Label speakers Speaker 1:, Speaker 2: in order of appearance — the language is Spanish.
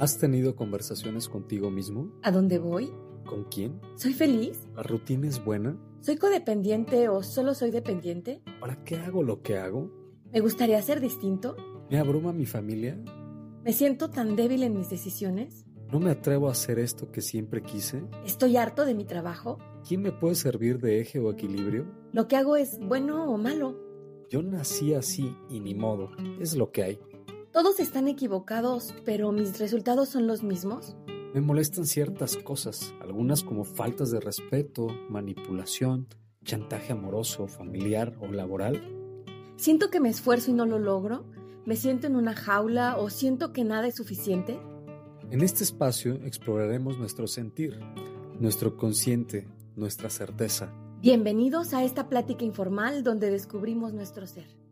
Speaker 1: ¿Has tenido conversaciones contigo mismo?
Speaker 2: ¿A dónde voy?
Speaker 1: ¿Con quién?
Speaker 2: ¿Soy feliz?
Speaker 1: ¿La rutina es buena?
Speaker 2: ¿Soy codependiente o solo soy dependiente?
Speaker 1: ¿Para qué hago lo que hago?
Speaker 2: ¿Me gustaría ser distinto?
Speaker 1: ¿Me abruma mi familia?
Speaker 2: ¿Me siento tan débil en mis decisiones?
Speaker 1: ¿No me atrevo a hacer esto que siempre quise?
Speaker 2: ¿Estoy harto de mi trabajo?
Speaker 1: ¿Quién me puede servir de eje o equilibrio?
Speaker 2: ¿Lo que hago es bueno o malo?
Speaker 1: Yo nací así y ni modo, es lo que hay.
Speaker 2: Todos están equivocados, pero mis resultados son los mismos.
Speaker 1: Me molestan ciertas cosas, algunas como faltas de respeto, manipulación, chantaje amoroso, familiar o laboral.
Speaker 2: Siento que me esfuerzo y no lo logro, me siento en una jaula o siento que nada es suficiente.
Speaker 1: En este espacio exploraremos nuestro sentir, nuestro consciente, nuestra certeza.
Speaker 2: Bienvenidos a esta plática informal donde descubrimos nuestro ser.